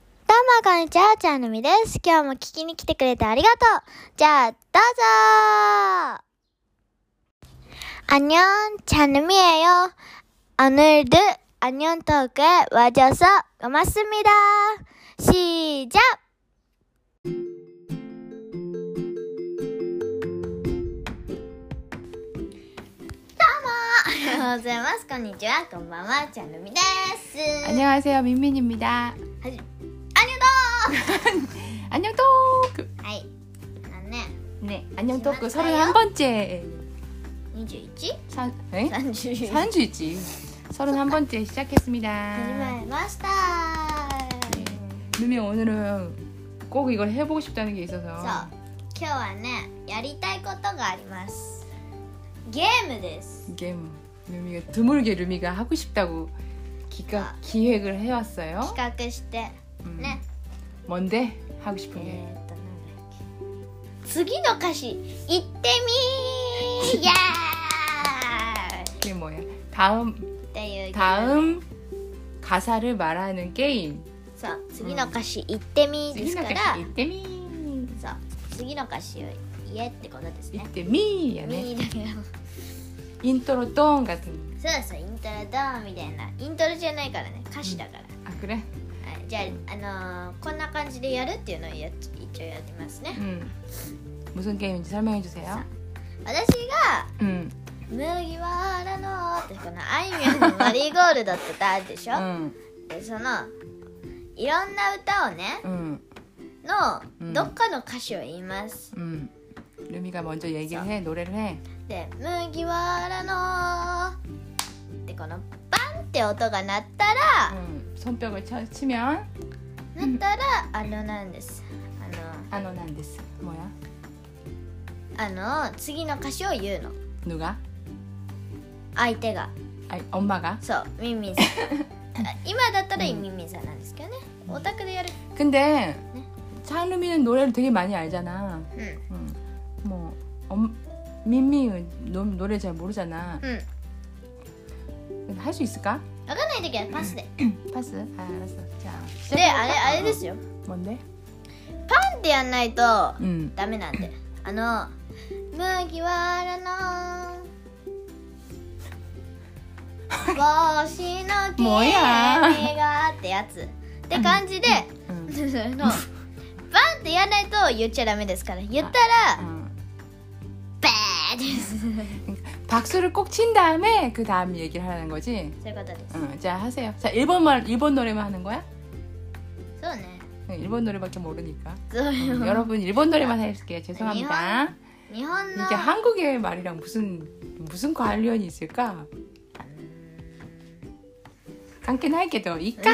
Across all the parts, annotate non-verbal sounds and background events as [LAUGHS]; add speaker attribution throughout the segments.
Speaker 1: うも、こんにちは。ちゃんのみです。今日も聞きに来てくれてありがとう。じゃあ、どうぞあにょん、ちゃんのみえよ。あぬる、あにょんトークへわじょそ、ごますみだ。시작どうも [LAUGHS] おはようございます。こんにちは。こんばんは。ちゃんのみです。
Speaker 2: 안녕하세요 민민입니다.
Speaker 1: ありが
Speaker 2: 안녕 토크.
Speaker 1: とうはい。あのね、
Speaker 2: 네 안녕 토크
Speaker 1: 안녕하세요.
Speaker 2: 3 1 번째.
Speaker 1: 21?
Speaker 2: 3 에?
Speaker 1: 30?
Speaker 2: 31지. 3 1 번째 시작했습니다.
Speaker 1: 始まりました
Speaker 2: 민민 오늘은 꼭 이걸 해보고 싶다는 게 있어서.
Speaker 1: そう今日はねやりたいことがありますゲームです
Speaker 2: 게임 루미가 드물게 루미가 하고 싶다고
Speaker 1: 아.
Speaker 2: 기가, 기획을 해왔어요.
Speaker 1: 企画して
Speaker 2: 음,
Speaker 1: ね
Speaker 2: 뭔데 하고 싶은 게.
Speaker 1: えーっとなんだっけ次の歌詞行ってみー [LAUGHS] イエーイっ
Speaker 2: 그게 뭐야? 다음
Speaker 1: ていうゲーム
Speaker 2: 다음 가사를 말하는 게임.
Speaker 1: そう次の歌詞行ってみーですから
Speaker 2: 이때미.
Speaker 1: そう次の歌詞を言えってことですね
Speaker 2: 이때미야네.
Speaker 1: みーだけど
Speaker 2: 인트로 똥 같은
Speaker 1: そうそうイントロだみたいなイントロじゃないからね歌詞だから、
Speaker 2: 아 그래?
Speaker 1: はい、じゃあ、あのーこんな感じでやるっていうのをやっ一応やってますね、
Speaker 2: 음. 무슨 게임인지 설명해
Speaker 1: さ
Speaker 2: 주세요.
Speaker 1: 私が
Speaker 2: 음.
Speaker 1: 「麦わらの」ってこのあいみょんの「マリーゴールド」って歌あるでしょ、
Speaker 2: 음.
Speaker 1: でそのいろんな歌をね
Speaker 2: 음. う
Speaker 1: の
Speaker 2: ん
Speaker 1: どっかの歌詞を言います、
Speaker 2: 음. 루미가 먼저 얘기를 해 노래를 해.
Speaker 1: で「麦わらの」ってこのバンって音が鳴ったら、
Speaker 2: 음. 손뼉을 쳐, 치면
Speaker 1: 鳴ったらあのなんですあ
Speaker 2: 아노난데스. 뭐야?
Speaker 1: のあの次の歌詞を言うの
Speaker 2: 누가?
Speaker 1: 相手が
Speaker 2: 아 엄마가.
Speaker 1: そうミンミン [LAUGHS] さんあ今だったらミンミンさんなんですけどねオタクでやる
Speaker 2: 근데 창루미는 노래를 되게 많이 알잖아.
Speaker 1: うん
Speaker 2: 음. 뭐 엄, 민민은 노, 노래 잘 모르잖아.
Speaker 1: うん
Speaker 2: 할 수 있을까?
Speaker 1: 分かんない時はパスで
Speaker 2: 파스. 네, 아, 알았어. 자.
Speaker 1: であれあれですよ
Speaker 2: 뭔데?
Speaker 1: パンってやんないと
Speaker 2: 음.
Speaker 1: ダメなんであの麦わらの帽子の君
Speaker 2: もうや
Speaker 1: がってやつって感じで
Speaker 2: 음.
Speaker 1: そのバンってやんないと言っちゃダメですから言ったら
Speaker 2: 음.
Speaker 1: バーです
Speaker 2: 박수를 꼭 친 다음에 그 다음 얘기를 하는 거지.
Speaker 1: そういうことです
Speaker 2: 응, 자 하세요. 자 일본 말 일본 노래만 하는 거야?
Speaker 1: そうね
Speaker 2: 응, 일본 노래밖에 [LAUGHS] 모르니까.
Speaker 1: そうよ
Speaker 2: 응, 여러분 일본 노래만 할게요. 죄송합니다.
Speaker 1: 日本の
Speaker 2: 이게 한국의 말이랑 무슨 무슨 관련이 있을까? 관계는 할게도 이까.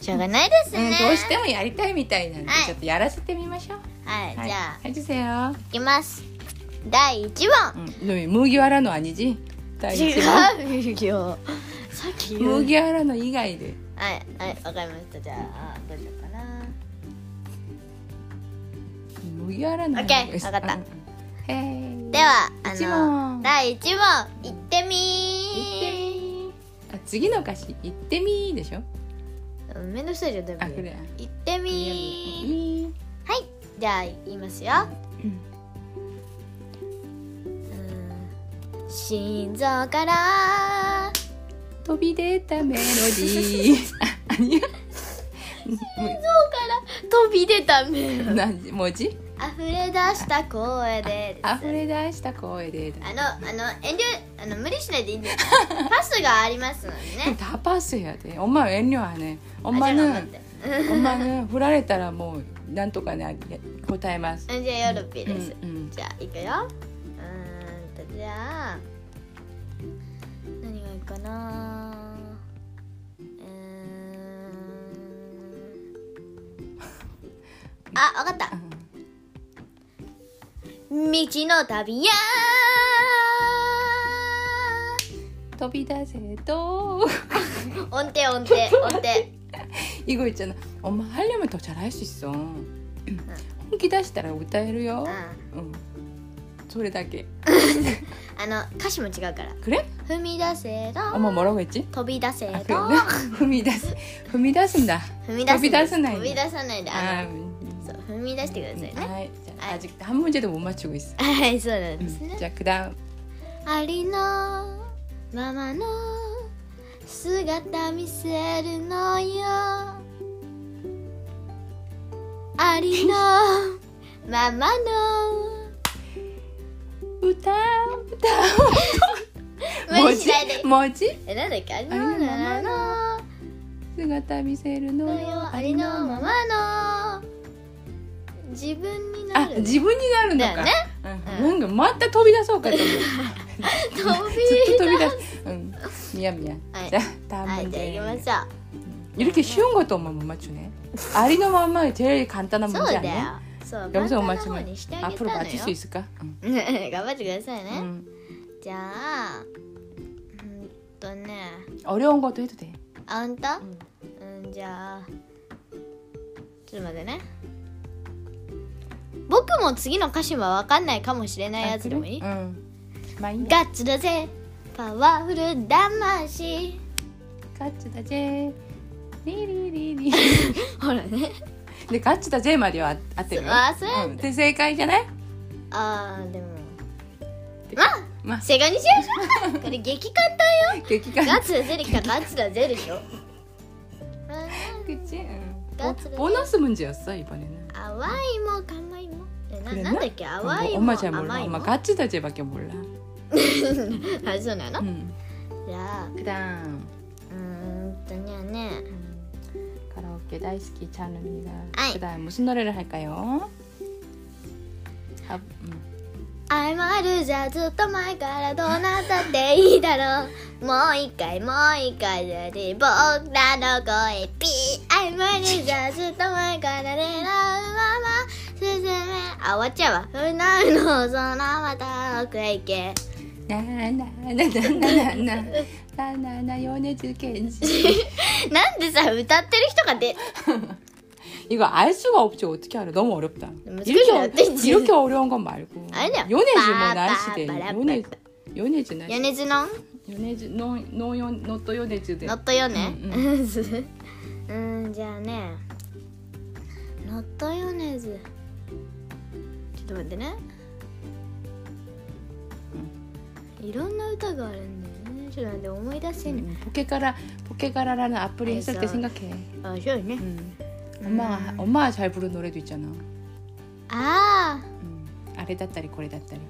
Speaker 1: しょうがないです
Speaker 2: 응,
Speaker 1: ね。
Speaker 2: 도시때문 야리타이 미타이는데
Speaker 1: 아이.
Speaker 2: 저도 야라시때미마셔.
Speaker 1: はい、じゃあ、
Speaker 2: 해주세요.
Speaker 1: いきます。第一問。
Speaker 2: 응, 너 무기와라노 아니지? 나 이제
Speaker 1: 違うよ。さっき言う。
Speaker 2: 무기와라노 이가이드.
Speaker 1: はい、はい、わかりました。じゃあ、どうしようかな。
Speaker 2: 무기와라노.
Speaker 1: 오케이,
Speaker 2: 이가이드.
Speaker 1: 나갔다.
Speaker 2: 응, 응. 헤이.
Speaker 1: では、あ
Speaker 2: 一
Speaker 1: の、
Speaker 2: 問
Speaker 1: 第一問、行ってみ
Speaker 2: 行ってみーあ次の歌詞「行ってみー」でしょ
Speaker 1: ー。めんどくさいじゃん、全部。
Speaker 2: あこれ
Speaker 1: 行って
Speaker 2: 「
Speaker 1: みー。
Speaker 2: み
Speaker 1: はい、じゃあ、言いますよ。うん心臓から
Speaker 2: ー」飛び出たメロディーあ아니야
Speaker 1: 飛び出た目
Speaker 2: な文字
Speaker 1: [LAUGHS] 溢れ出した声でです
Speaker 2: 溢れ出した声でだ
Speaker 1: あの、あの、遠慮、あの、無理しないでいいん [LAUGHS] です。パスがありますので
Speaker 2: でも
Speaker 1: ね。
Speaker 2: 다봤어야돼엄마웬려안해
Speaker 1: あ
Speaker 2: 엄
Speaker 1: じゃあ
Speaker 2: 마
Speaker 1: 頑張っ
Speaker 2: 는
Speaker 1: て
Speaker 2: 엄마는振られたらもうなんとかね答えます
Speaker 1: うんじゃあ、ヨルピーです。
Speaker 2: うんうん
Speaker 1: じゃあ、いくよ。うーんと、じゃあ。何がいいかな。うーん。あ、わかった。道の旅や。
Speaker 2: 飛び出せと
Speaker 1: 音程、音程、音程。
Speaker 2: 이거 있잖아 엄마 하려면 더 잘할 수 있어 혼기 다시따라 웃다해요
Speaker 1: うん。
Speaker 2: 응. 소리 닿게
Speaker 1: あの、歌詞も違うから。
Speaker 2: 그래?
Speaker 1: 踏み出せら
Speaker 2: 엄마 뭐라고 했지?
Speaker 1: 飛び出せ
Speaker 2: 아
Speaker 1: ら
Speaker 2: [LAUGHS] 그래踏み出す踏み出すんだ
Speaker 1: 踏み出す
Speaker 2: 飛び出さない
Speaker 1: 飛び出さないであ
Speaker 2: あ
Speaker 1: の
Speaker 2: ー
Speaker 1: そう踏み出してくださいねは
Speaker 2: はいじゃあ
Speaker 1: い
Speaker 2: 음. 아, 아직 한 문제도 못 맞추고 있어
Speaker 1: はいそうなんですね
Speaker 2: 음, 자 그다음
Speaker 1: ありのままの姿見せるのよありのままの
Speaker 2: 우타 우타
Speaker 1: 無理しないで
Speaker 2: 뭐지 뭐지
Speaker 1: えなんだっけありの
Speaker 2: あり
Speaker 1: ま
Speaker 2: のままの
Speaker 1: ま
Speaker 2: 姿見せる
Speaker 1: の
Speaker 2: の
Speaker 1: のよ
Speaker 2: よ
Speaker 1: ありのま
Speaker 2: 아,
Speaker 1: まの自分にな
Speaker 2: あ
Speaker 1: る
Speaker 2: 自分になるの
Speaker 1: だよ
Speaker 2: か、
Speaker 1: ね
Speaker 2: うんなんかまた飛び出そうかと思う
Speaker 1: 飛
Speaker 2: ずっ
Speaker 1: び
Speaker 2: と飛び出す、うん、미안 미안
Speaker 1: はい
Speaker 2: 자 다음
Speaker 1: はいじゃあ
Speaker 2: 문제
Speaker 1: 行きまし
Speaker 2: 이렇게 쉬운 것도 엄마 못 맞추네 아리노마마 제일
Speaker 1: ょ
Speaker 2: 간단한
Speaker 1: うそう
Speaker 2: 문제
Speaker 1: だ
Speaker 2: 아니야?
Speaker 1: よそう簡
Speaker 2: 여기서못
Speaker 1: 単な方
Speaker 2: 맞추면
Speaker 1: にしてあげた
Speaker 2: 앞으로
Speaker 1: の
Speaker 2: 맞출
Speaker 1: よ
Speaker 2: 수 있을까? 응.
Speaker 1: 頑張ってくださいね、
Speaker 2: 응.
Speaker 1: じゃあうんとね
Speaker 2: 어려운 것도 해도 돼.
Speaker 1: あんた
Speaker 2: 응.
Speaker 1: うんじゃあちょっと待ってね僕も次の歌詞は分かんないかもしれないやつでもいい、
Speaker 2: 응. 많이
Speaker 1: ガッツだぜパワフル魂
Speaker 2: 가츠다 제. 리리리리.
Speaker 1: [LAUGHS] ほらね
Speaker 2: 근데 가츠다 제 말이야. 아, 아 때려.
Speaker 1: 아, 쎄.
Speaker 2: 근데 세가이잖아.
Speaker 1: あーでも
Speaker 2: 막
Speaker 1: 正解にしようかこれ激簡単よガ
Speaker 2: 그기가
Speaker 1: ッツだぜできたガッツだぜでしょうん
Speaker 2: 그치? 응. 보,
Speaker 1: 가츠다 제.
Speaker 2: 보너스 문제였어 이번에는.
Speaker 1: 淡いも甘いもえな
Speaker 2: 그랬나
Speaker 1: なんだっけ
Speaker 2: 어,
Speaker 1: 淡い
Speaker 2: 엄마
Speaker 1: も
Speaker 2: 잘
Speaker 1: 甘
Speaker 2: 몰라.
Speaker 1: いも
Speaker 2: 엄마 가츠다 제밖에 몰라.
Speaker 1: あそうなの、
Speaker 2: 응.
Speaker 1: じゃあ
Speaker 2: 그다음
Speaker 1: うーんとにゃね
Speaker 2: 음, 가라오케 다이스키 찬우미가.
Speaker 1: 아이.
Speaker 2: 그다음 무슨 노래를 할까요? 아, 음.
Speaker 1: 謝るじゃずっと前からどうなったっていいだろうもう一回もう一回でリボらの声ピー謝るじゃずっと前からでなうまま進めあ終わっちゃうわ不なのそのまた奥へ行け
Speaker 2: 나나나나나나나나 연애즈 겐지
Speaker 1: [LAUGHS] なんでさ歌ってる人がで
Speaker 2: 이거 알 수가 없지 어떻게 알아 너무 어렵다
Speaker 1: 무슨
Speaker 2: 이렇게
Speaker 1: 소리야,
Speaker 2: 어-
Speaker 1: 뜬지.
Speaker 2: 이렇게 어려운 건 말고
Speaker 1: 뭐 아니야.
Speaker 2: 연애즈
Speaker 1: 빠,
Speaker 2: 뭐나 시대
Speaker 1: 빠, 빠라,
Speaker 2: 연애즈
Speaker 1: 빠,
Speaker 2: 연애즈 나
Speaker 1: 米津の
Speaker 2: 연애즈 노노연노또 연애즈
Speaker 1: 乗っとよね
Speaker 2: うん
Speaker 1: うん、じゃあね乗っとよねずちょっと待ってね、いろんな歌があるんだよねちょっと待って思い出せね、
Speaker 2: 음, 포켓가라 포켓가라라는 악플이 했을 때
Speaker 1: 알았어.
Speaker 2: 생각해
Speaker 1: あそうよね
Speaker 2: 음. 엄마
Speaker 1: 음.
Speaker 2: 엄마가 잘 부른 노래도 있잖아
Speaker 1: ああ
Speaker 2: 음. 아래다다리 고래다다리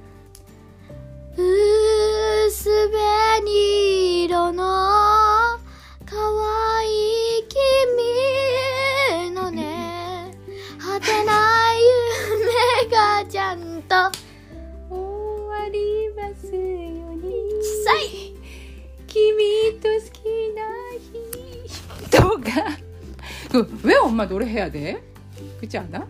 Speaker 1: 薄紅色の可愛い君のね果てない夢がちゃんと
Speaker 2: 終わりますように
Speaker 1: 小さい
Speaker 2: 君と好きな日とか그 왜 엄마 노래해야 돼? 그렇지 않아?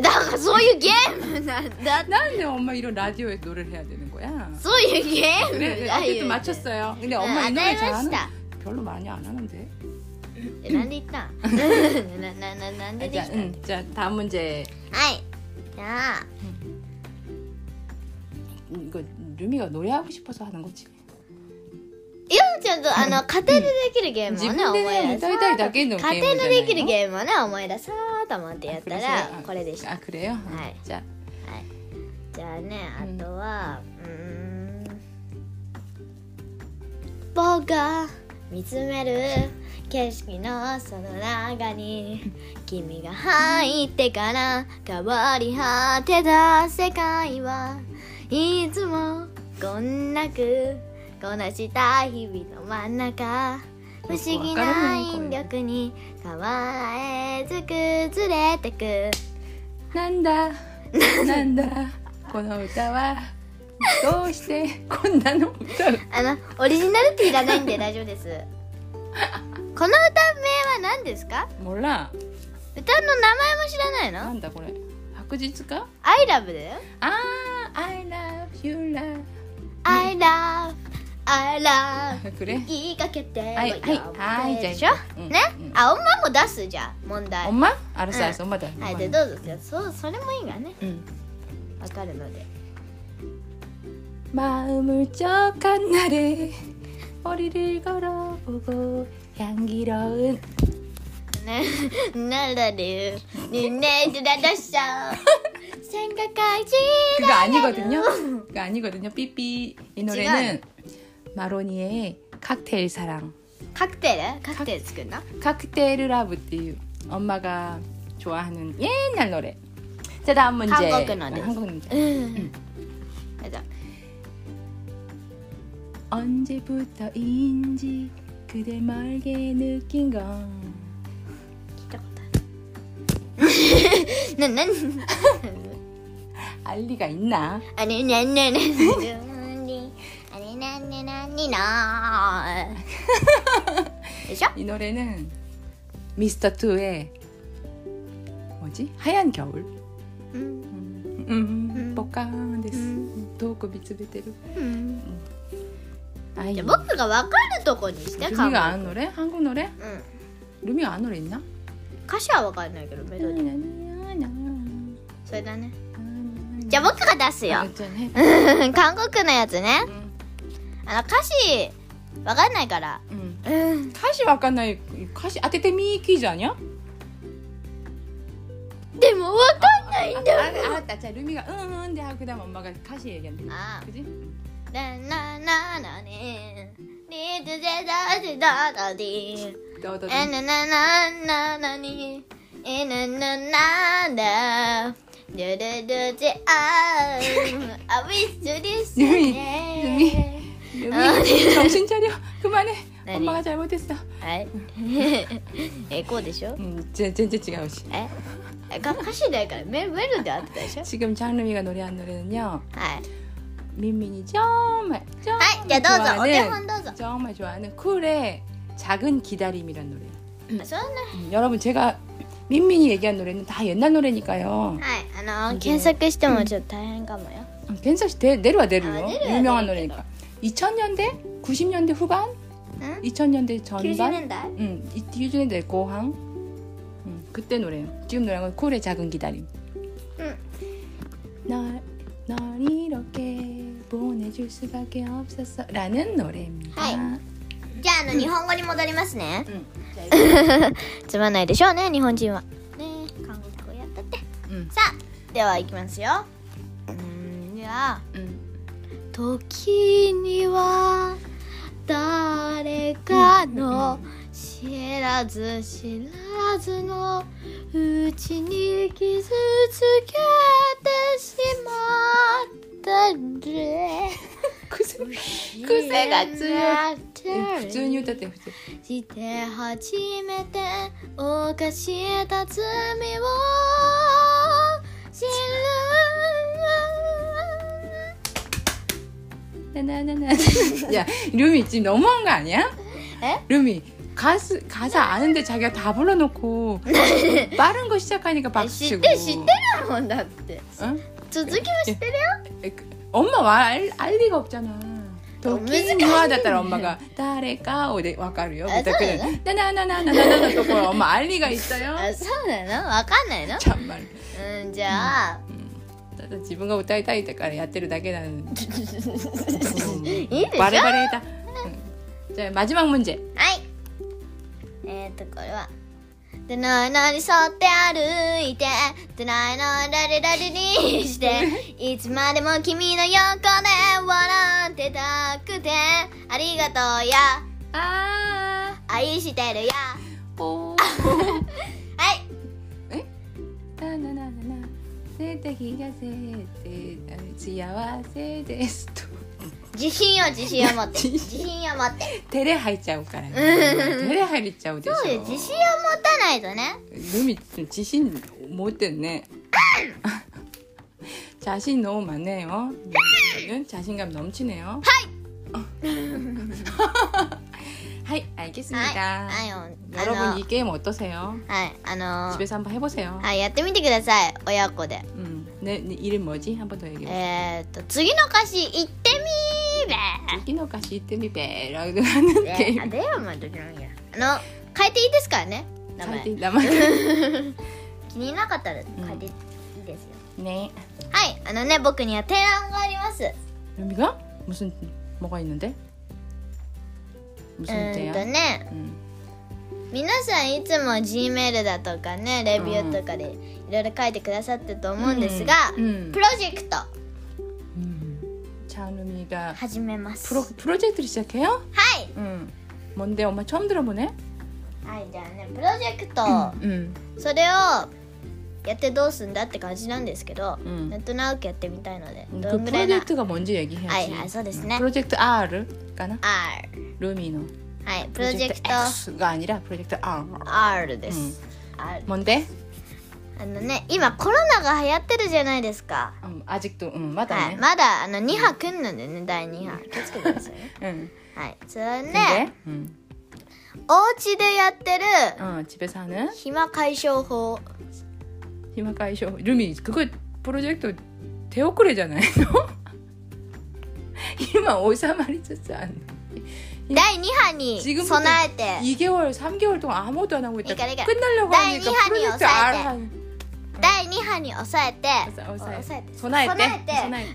Speaker 1: だからそういうゲームなんだ
Speaker 2: 난데 엄마 이런 라디오에 노래를 해야 되는 거야.
Speaker 1: そういうゲー
Speaker 2: 그래,
Speaker 1: ム
Speaker 2: 그래
Speaker 1: だ
Speaker 2: 어쨌든
Speaker 1: よ
Speaker 2: 맞췄어요. 근데
Speaker 1: うん
Speaker 2: 엄마
Speaker 1: 当た
Speaker 2: 이 노래
Speaker 1: りまし
Speaker 2: 잘하는
Speaker 1: た
Speaker 2: 별로 많이 안 하는데.
Speaker 1: えなんで言ったんななななんでで
Speaker 2: 자,
Speaker 1: きたん
Speaker 2: 응, 자 다음 문제
Speaker 1: はいじゃあ
Speaker 2: 음, 이거 루미가 노래하고 싶어서 하는 거지.
Speaker 1: いやちゃんとあの家庭でできるゲーム
Speaker 2: 自
Speaker 1: をね
Speaker 2: 分
Speaker 1: 思
Speaker 2: でね
Speaker 1: い出そう
Speaker 2: 歌いたいだけのゲームじゃないの
Speaker 1: 家庭でできるゲームをね思い出そうと思ってやったら
Speaker 2: 그래서- 아,
Speaker 1: これでした
Speaker 2: 아, 그래요? 어,
Speaker 1: 네.
Speaker 2: 자,
Speaker 1: じゃあね
Speaker 2: う
Speaker 1: あ
Speaker 2: ん
Speaker 1: とはうーん僕が見つめる景色のその中に君が入ってから変わり果てた世界はいつもこんなくこなした日々の真ん中不思議な引力に変わえず崩れてく
Speaker 2: 난다, 난다. 고나 우타와 どうしてこんなの歌う
Speaker 1: あの、オリジナルティいらないんで大丈夫
Speaker 2: [LAUGHS]
Speaker 1: です。この歌名は何ですか
Speaker 2: 몰라.
Speaker 1: 歌の名前も知らない
Speaker 2: な
Speaker 1: の
Speaker 2: んだこれ白日か
Speaker 1: ?I love だよ。
Speaker 2: あー 아, I love you love
Speaker 1: I love, I love,
Speaker 2: あくれ
Speaker 1: 言いかけて
Speaker 2: はいはいはいじゃあ
Speaker 1: でしょ
Speaker 2: うん
Speaker 1: ね
Speaker 2: うん
Speaker 1: あ、おんまも出すじゃあ、問題。
Speaker 2: お
Speaker 1: は
Speaker 2: んまあら
Speaker 1: うん
Speaker 2: さあらさおんまだよ
Speaker 1: い、で、どうぞ。そう、それもいいがね。
Speaker 2: うん
Speaker 1: わかるので。
Speaker 2: 마음을 쩍한 날에 머리를 걸어보고 향기로운
Speaker 1: [LAUGHS] 나라를 니네들아서
Speaker 2: [LAUGHS]
Speaker 1: 생각하지
Speaker 2: 그거 [LAUGHS] 아니거든요. 그거 아니거든요. 삐삐 이 노래는 마로니의 칵테일 사랑
Speaker 1: カクテルカクテル作るの
Speaker 2: 칵테일 러브っていう 엄마가 좋아하는 옛날 노래. 자 다음 문제. 네,
Speaker 1: 한국 노래.
Speaker 2: 한국 문제.
Speaker 1: うんやだ
Speaker 2: 언제부터인지 그대 멀게 느낀 건
Speaker 1: 聞いたことあるななに
Speaker 2: 알리가 있나?
Speaker 1: あれなになにあれなになになーでしょ
Speaker 2: 이 노래는 미스터 투의 뭐지? 하얀 겨울.
Speaker 1: うん
Speaker 2: 음, 뽀까
Speaker 1: 음.
Speaker 2: 데스. 도우코 미츠베테루.
Speaker 1: うんじ
Speaker 2: 아이.
Speaker 1: ゃあ僕がわかるとこにしてか
Speaker 2: 루미가 아는 노래? 한국 노래?
Speaker 1: うん
Speaker 2: 루미가 아는 노래 있나?
Speaker 1: 歌詞はわかんないけどメロディー
Speaker 2: 나나나나.
Speaker 1: それだね
Speaker 2: 나나나.
Speaker 1: じゃあ僕が出すよ
Speaker 2: 아, 일단 해.
Speaker 1: 韓国のやつね
Speaker 2: 음,
Speaker 1: あの歌詞わかんないから
Speaker 2: 음.
Speaker 1: うん
Speaker 2: 가시 와까나이 가시 아테테미 퀴즈 아니야?
Speaker 1: でもわかんないんだ
Speaker 2: 아, 알았다. 자, 루미가 응, 응, 데 하고 그다음 엄마가 가시 얘기한대.
Speaker 1: あ
Speaker 2: 그지?
Speaker 1: ランランランランリンリンズゼザジダダディ
Speaker 2: 너도
Speaker 1: エナナナナナニエナナナダドゥルドゥジアー I wish this day
Speaker 2: 루미 정신 차려. 그만해.
Speaker 1: 나리.
Speaker 2: 엄마가 잘못했어.
Speaker 1: はいえこうでしょ
Speaker 2: 음, 진짜 우 씨.
Speaker 1: ええが歌詞ないからメメロであったでしょ
Speaker 2: 지금 장루미가 노래한 노래는요.
Speaker 1: はい
Speaker 2: 민민이 정말 정말
Speaker 1: はいじゃあどうぞお手
Speaker 2: 좋아하는
Speaker 1: 本どうぞ
Speaker 2: 정말 좋아하는 쿨의 작은 기다림이란 노래.
Speaker 1: そんな
Speaker 2: 음, 여러분 제가 민민이 얘기한 노래는 다 옛날 노래니까요.
Speaker 1: はいあの検索してもちょっと大変かもよ
Speaker 2: 음, 괜찮지 대- 내려와 내려요.
Speaker 1: 아, 내려야
Speaker 2: 유명한
Speaker 1: 돼,
Speaker 2: 노래니까. 2000년대, 90년대 후반,
Speaker 1: 응?
Speaker 2: 2000년대
Speaker 1: 90
Speaker 2: 전반,
Speaker 1: 年代
Speaker 2: 음, 이- 90년대 고항, 음, 그때 노래예요. 지금 노래한 건 쿨의 작은 기다림.
Speaker 1: 응.
Speaker 2: 널, 널 이렇게 보내줄 수밖에 없었어라는 노래입니다.
Speaker 1: 하이. じゃあ、あの、日本語に戻りますね。
Speaker 2: 음,
Speaker 1: つまんないでしょうね、日本人は。ねえ韓国語やったって。
Speaker 2: 음,
Speaker 1: さあ、では行きますよ。うーん、じゃあ、
Speaker 2: 음.
Speaker 1: 時には、誰かの、知らず知らずのうちに傷つけてしまったね。
Speaker 2: 그새 그새가 쭉. 普通に歌って普通。
Speaker 1: して初めて犯した罪を知る
Speaker 2: 야 루미 지금 너무한 거 아니야?
Speaker 1: 에?
Speaker 2: 루미 가수 가사 아는데 자기가 다 불러놓고 빠른 거 아, 시작하니까
Speaker 1: 知っ
Speaker 2: 박수치고.
Speaker 1: て知ってるもんだって
Speaker 2: 응?
Speaker 1: 続きは知ってるよ
Speaker 2: 에, 그- 엄마 와알 알 리가 없잖아. 뭐
Speaker 1: 너무
Speaker 2: 도끼니와다따라 엄마가 다레까 오데 네, 와까루요.
Speaker 1: 아,
Speaker 2: 그때 나나나나나나나 또 그걸 엄마 알 리가 있어요.
Speaker 1: あそうなのわかんないの
Speaker 2: 참말.
Speaker 1: うんじゃあ
Speaker 2: 나도 지분가 우타이 타이 때까지 야때를 다게 나는. [LAUGHS]
Speaker 1: いいでしょ
Speaker 2: 바레바레다. 자 마지막 문제.
Speaker 1: はいえっ、ー、とこれは「でないなに沿って歩いてでないなられられに [LAUGHS] していつまでも君の横で笑ってたくてありがとうや
Speaker 2: 아
Speaker 1: 愛してるや」
Speaker 2: 오.
Speaker 1: はい
Speaker 2: 나나나나나 세대기가 세대 아니, 지하와 세대스토
Speaker 1: 自信を自信を持って自信を持って
Speaker 2: 대래 하이짜우 까라 대래
Speaker 1: [LAUGHS]
Speaker 2: 하이짜우
Speaker 1: そうよ
Speaker 2: 되죠
Speaker 1: 自信を持たないとね
Speaker 2: 룸이 좀 지신 못 됐네 [LAUGHS] 자신 너무 많네요 룸은 자신감 넘치네요 [LAUGHS] 하이 하이
Speaker 1: はい
Speaker 2: 알겠습니다
Speaker 1: はいあの
Speaker 2: 여러분 이 게임 어떠세요?
Speaker 1: はいあの
Speaker 2: 집에서 한번 해보세요
Speaker 1: はいやってみてください親子で
Speaker 2: 음, 내, 내 이름 뭐지? 한번 더 얘기해
Speaker 1: えっ、ー、と次の歌詞行ってみーべ
Speaker 2: 여기는 가시 이때미 배라고 하는
Speaker 1: で
Speaker 2: 게임 [LAUGHS]
Speaker 1: あではまあどちらもいいやあの変えていいですからね名前
Speaker 2: 사이드
Speaker 1: [LAUGHS]
Speaker 2: 나만
Speaker 1: 気になかったら
Speaker 2: ん
Speaker 1: 変えていいですよ、
Speaker 2: 네.
Speaker 1: はいあのね僕には提案があります
Speaker 2: 유미가 무슨 뭐가 있는데? 무슨
Speaker 1: うんと
Speaker 2: 대야?
Speaker 1: ね
Speaker 2: 음.
Speaker 1: 皆さんいつも G メールだとかねレビューとかでいろいろ書いてくださってると思うんですが、
Speaker 2: 음.
Speaker 1: プロジェクト
Speaker 2: 음. 장유미가
Speaker 1: 始めますは
Speaker 2: 프로 프로젝트를 시작해요?
Speaker 1: い
Speaker 2: 음. 뭔데 엄마 처음 들어보네?
Speaker 1: はいじゃあねプロジェクト
Speaker 2: 음.
Speaker 1: それをやってどうすんだって感じなんですけど、
Speaker 2: 음.
Speaker 1: なんとなくやってみたいので
Speaker 2: 그
Speaker 1: どんぐらいな R
Speaker 2: 프로젝트가 뭔지 얘기해야지.
Speaker 1: 아이, 아, 그렇습니다.
Speaker 2: 음, 프로젝트 R 까나? ルミの
Speaker 1: はいプロジェクト
Speaker 2: X가 아니라 프로젝트 R.
Speaker 1: R です、R
Speaker 2: 뭔데?
Speaker 1: あのね今コロナが流行ってるじゃないですか
Speaker 2: 음, 아직도 음,
Speaker 1: は
Speaker 2: 맞아네.
Speaker 1: い、まだあの2波来んのでね第2波気をつけてくださいね
Speaker 2: 응.
Speaker 1: はいそれで
Speaker 2: 음. 근데 음.
Speaker 1: お家でやってる
Speaker 2: 어, 집에서 하는
Speaker 1: 暇解消法
Speaker 2: 히마카이쇼 루미 그거 프로젝트 대오크레잖아요. [LAUGHS] 히마 오사마리쳤지 않나?
Speaker 1: 第2波に
Speaker 2: 지금부터
Speaker 1: 備えて
Speaker 2: 2개월, 3개월 동안 아무도 안 하고 있다.
Speaker 1: 그러니까, 그러니까.
Speaker 2: 끝날려고
Speaker 1: 나
Speaker 2: 하니까
Speaker 1: 이한이
Speaker 2: 프로젝트
Speaker 1: 어사야
Speaker 2: R
Speaker 1: 돼.
Speaker 2: 한.
Speaker 1: 第2波に抑えて
Speaker 2: 抑え抑え
Speaker 1: て
Speaker 2: 어, 전화할 때.
Speaker 1: 전화할 때.
Speaker 2: 전화할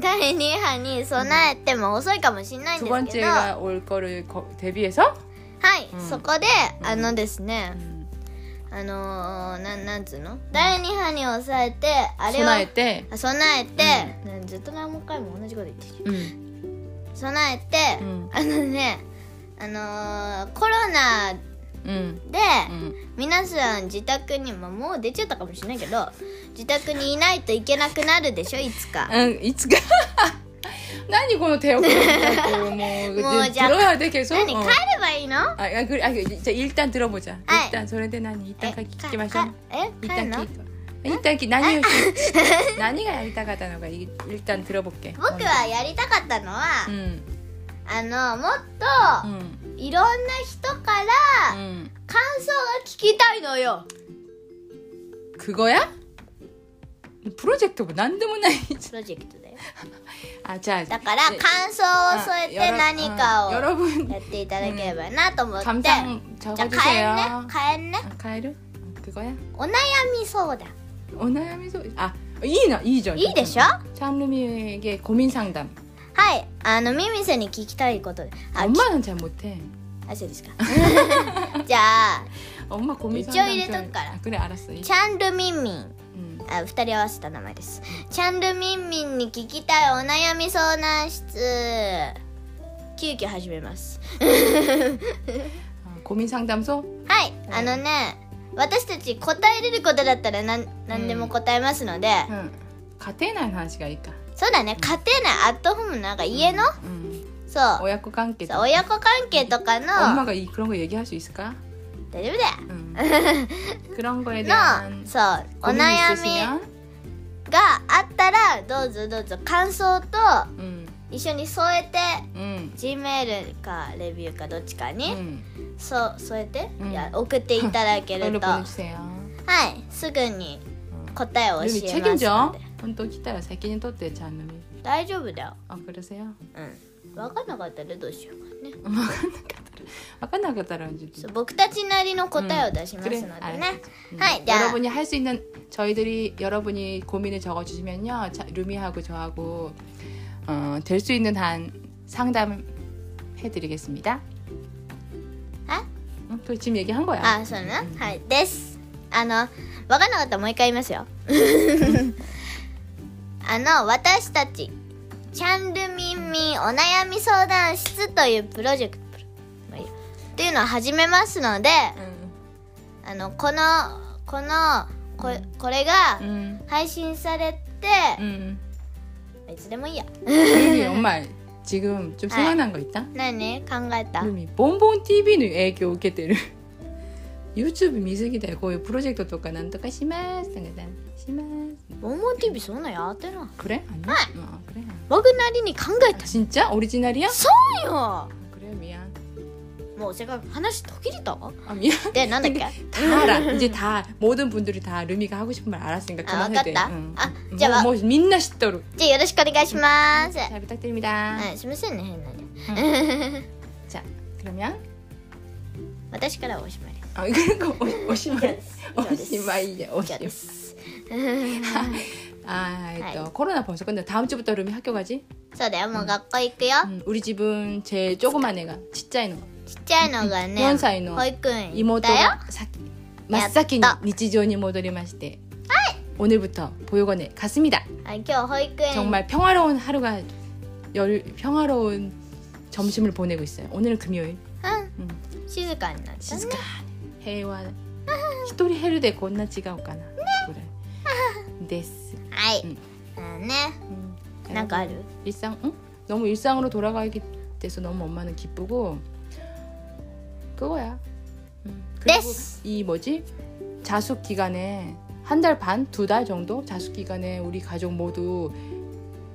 Speaker 1: [LAUGHS] 第2波に備えても遅いかもしれないん
Speaker 2: 두
Speaker 1: ですけどは
Speaker 2: 번째가 올 거를 거- 대비해서
Speaker 1: い、
Speaker 2: うん
Speaker 1: そこであのですね、
Speaker 2: 음,
Speaker 1: あのー、なんなんつうの第2波に抑えてあれを
Speaker 2: 전화할 때.
Speaker 1: あ備えて、ねずっと何回も同じこと言ってる
Speaker 2: 음,
Speaker 1: 備えて、
Speaker 2: 음,
Speaker 1: あのねあのー、コロナ
Speaker 2: 음,
Speaker 1: で、
Speaker 2: 음.
Speaker 1: 皆さん自宅にももう出ちゃったかもしれないけど自宅にいないといけなくなるでしょいつか
Speaker 2: 응, 이츠가. [LAUGHS] 난 이거 대오크레. 뭐
Speaker 1: 뭐,
Speaker 2: 이제
Speaker 1: 자,
Speaker 2: 들어야 돼 계속.
Speaker 1: 何
Speaker 2: 어.
Speaker 1: 帰ればいいの
Speaker 2: 아, 아, 그, 아, 그, 자, 일단 들어보자.
Speaker 1: 아이.
Speaker 2: 일단 소련대 난
Speaker 1: え
Speaker 2: 일단
Speaker 1: か
Speaker 2: 가기
Speaker 1: か
Speaker 2: 마셔.
Speaker 1: え帰る
Speaker 2: 일단
Speaker 1: の
Speaker 2: 기. 일단 기 난이 [LAUGHS] 난이가 일단 가다는 거야. 이- 일단 들어볼게.
Speaker 1: 僕はやりたかったのは、
Speaker 2: 음,
Speaker 1: あのもっと、
Speaker 2: 음,
Speaker 1: いろんな人から
Speaker 2: 음.
Speaker 1: 感想が聞きたいのよ
Speaker 2: 그거야? 프로젝트 뭐 난데뭐 나이.
Speaker 1: プロジェクトだよ
Speaker 2: 아, 자.
Speaker 1: だから
Speaker 2: 예
Speaker 1: 感想を
Speaker 2: 아,
Speaker 1: 添えて
Speaker 2: 여러-
Speaker 1: 何
Speaker 2: 아,
Speaker 1: かを
Speaker 2: 여러분
Speaker 1: やっていただければなと思って、じゃ
Speaker 2: 감상
Speaker 1: あ帰る
Speaker 2: 적어주세요.
Speaker 1: ね帰るね
Speaker 2: 아, 가에르? 아, 그거야?
Speaker 1: お悩み相談
Speaker 2: 오나야미소. 아, 이나 이죠.
Speaker 1: いいでしょ
Speaker 2: 참루미에게 고민 상담.
Speaker 1: はい、あのミミさんに聞きたいことで、あ、き
Speaker 2: 엄마는 잘 못해.
Speaker 1: あそうですか。 [LAUGHS] じゃあ
Speaker 2: 엄마 고민
Speaker 1: 이쪽
Speaker 2: 상담
Speaker 1: 이래도
Speaker 2: 좀-
Speaker 1: 가라.
Speaker 2: 아, 그래 알았어. 이-
Speaker 1: チャンルミンミン、
Speaker 2: 음.
Speaker 1: あ二人合わせた名前です。チャンルミンミンに聞きたいお悩み相談室。急遽始めます。
Speaker 2: 아, 고민 상담소?
Speaker 1: はい、
Speaker 2: うん
Speaker 1: あのね、私たち答えれることだったらなん何でも答えますので、
Speaker 2: 응. 가테에 나는 한시가 있까.
Speaker 1: そうだね、家庭内アットホームなんか家の、
Speaker 2: 응.
Speaker 1: そう、
Speaker 2: 오야코 관계.
Speaker 1: そう親子関係とかの大
Speaker 2: 엄마가 이, 그런 거 얘기할 수 있을까?
Speaker 1: 丈夫だよ。
Speaker 2: 응. 그런 거에
Speaker 1: の
Speaker 2: 대한
Speaker 1: そうお
Speaker 2: 고민
Speaker 1: 悩み
Speaker 2: 있으시면
Speaker 1: があったらどうぞどうぞ感想と
Speaker 2: 응.
Speaker 1: 一緒に添えて
Speaker 2: 응.
Speaker 1: G メールかレビューかどっちかに、
Speaker 2: 응.
Speaker 1: そう添えて、
Speaker 2: うん
Speaker 1: いや送っていただ
Speaker 2: [LAUGHS]
Speaker 1: け
Speaker 2: 걸로
Speaker 1: るとは
Speaker 2: 음, 보내주세요.
Speaker 1: いすぐに答えを教
Speaker 2: 루미
Speaker 1: えますの
Speaker 2: 책임져.
Speaker 1: で
Speaker 2: 혼또 기타라 새끼는 또 대자 루미.
Speaker 1: 大丈夫だよ
Speaker 2: 아 그러세요?
Speaker 1: うん分かんなかったらどうしようかね
Speaker 2: [LAUGHS] 아까 나갔다라 이제.
Speaker 1: そう僕たちなりの答えを出しますので
Speaker 2: 그래.
Speaker 1: ね、
Speaker 2: 알았어. 응.
Speaker 1: 하이, 자.
Speaker 2: 여러분이 할 수 있는 저희들이 여러분이 고민을 적어주시면요, 자, 루미하고 저하고 어, 될 수 있는 한 상담 해드리겠습니다.
Speaker 1: 아?
Speaker 2: 응? 그 지금 얘기한 거야.
Speaker 1: あそうなのはいですあの分かんなかったらもう一回言いますよ [LAUGHS] あの私たちチャンルミンミンお悩み相談室というプロジェクトまあいいやっていうのを始めますので
Speaker 2: 응.
Speaker 1: あのこのこのここれが
Speaker 2: 응.
Speaker 1: 配信されて、
Speaker 2: 응.
Speaker 1: いつでもいいや
Speaker 2: 음. 루미 엄마 지금
Speaker 1: 아.
Speaker 2: 좀 생각난 거 있다.
Speaker 1: 何考えた
Speaker 2: 루미 본본 TV는 애교 웃게들. 유튜브 미숙이다. 거의 프로젝트 똑같 난 똑같 심하스 심하스.
Speaker 1: モンモン TV そんなんやってない
Speaker 2: 그래? 아니야? 어, 그래.
Speaker 1: 僕なりに考えた
Speaker 2: 진짜 오리지널이야?
Speaker 1: そうよ
Speaker 2: 그래 미안.
Speaker 1: もうせっかく話途切れたわ
Speaker 2: 아 미안. [LAUGHS]
Speaker 1: でなんだっけ
Speaker 2: 다 알아. 이제 다 모든 분들이 다 루미가 하고 싶은 말 알았으니까
Speaker 1: 아,
Speaker 2: 그만해도 돼.
Speaker 1: 맞다.
Speaker 2: 응.
Speaker 1: 아,
Speaker 2: 뭐,
Speaker 1: 자, 와-
Speaker 2: 뭐 민나 싶도록
Speaker 1: じゃあよろしくお願いします。
Speaker 2: 잘 부탁드립니다.
Speaker 1: はい、すみませんね、変なんで。
Speaker 2: 자, 그러면
Speaker 1: 私からはおしまいで
Speaker 2: 아 [LAUGHS] 그리고 오-
Speaker 1: [LAUGHS]
Speaker 2: 오시마이 오시마이
Speaker 1: す。以上
Speaker 2: 오시마이.
Speaker 1: です。
Speaker 2: 아, 또
Speaker 1: 아이.
Speaker 2: 코로나 벌써 끝나. 다음 주부터 루미 학교 가지?
Speaker 1: そうだよ、もう学校行くよ。
Speaker 2: 음, 우리 집은 제 조그만 애가 치짜이노
Speaker 1: ちっちゃいのがね、
Speaker 2: 4歳の
Speaker 1: 保育園行ったよ。
Speaker 2: 이모토가 사- 맞사키
Speaker 1: 야tta.
Speaker 2: 니치존이 모더리마시테 오늘부터 보육원에 갔습니다.
Speaker 1: あ今日保育園
Speaker 2: 정말 평화로운 하루가 열 평화로운 점심을 보내고 있어요. 오늘은 금요일.
Speaker 1: うん、静かになったね
Speaker 2: 시즈카
Speaker 1: [LAUGHS]
Speaker 2: 해와 히토리 헤르데 곤나 지가오까나. 그래. 데스.
Speaker 1: はい、
Speaker 2: う
Speaker 1: うんん、ね
Speaker 2: 음,
Speaker 1: なんかある
Speaker 2: 일상 응? 너무 일상으로 돌아가게 돼서 너무 엄마는 기쁘고 그거야. 음, 그리고
Speaker 1: 됐어.
Speaker 2: 이 뭐지 자숙 기간에 한 달 반 두 달 정도 자숙 기간에 우리 가족 모두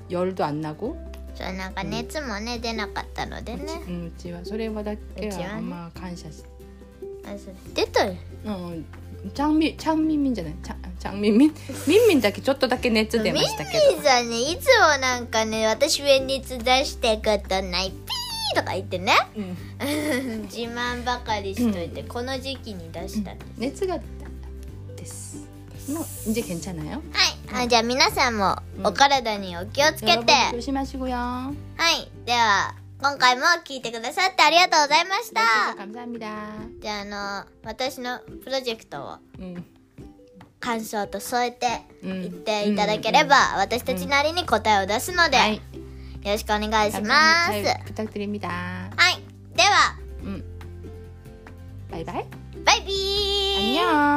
Speaker 2: 열도 안 나고
Speaker 1: そうなんか熱もね出なかったのでね
Speaker 2: 음, 지와 소래바다
Speaker 1: 우찌와.
Speaker 2: 깨야 엄마 간샤시.
Speaker 1: あそう出たよ
Speaker 2: 어, 장미 장미민잖아요. 장 장미민 민민 다게 쪼또 다게 네츠
Speaker 1: ミミ
Speaker 2: 데마시다けど.
Speaker 1: さんねいつもなんかね私便熱出したことないピーとか言ってね
Speaker 2: 응.
Speaker 1: 自慢ばかりしといて、この時期に出したって
Speaker 2: 네츠가 됐어. 뭐 이제 괜찮아요?
Speaker 1: はいあじゃあ皆さんも
Speaker 2: うん
Speaker 1: お体にお気をつけて、
Speaker 2: 여러분
Speaker 1: は
Speaker 2: 조심하시고요.
Speaker 1: いでは今回も聞いてくださってありがとうございました
Speaker 2: 들어주셔서 감사합니다.
Speaker 1: じゃああの私のプロジェクトを
Speaker 2: 음.
Speaker 1: 感想と添えて言っていただけれ
Speaker 2: 음,
Speaker 1: ば、私たちなりに答えを出すので、
Speaker 2: 네.
Speaker 1: よろしくお願いします。
Speaker 2: 감사합니다. 잘 부탁드립니다.
Speaker 1: はい、では
Speaker 2: 음. 바이바이.
Speaker 1: バイビー。
Speaker 2: 안녕.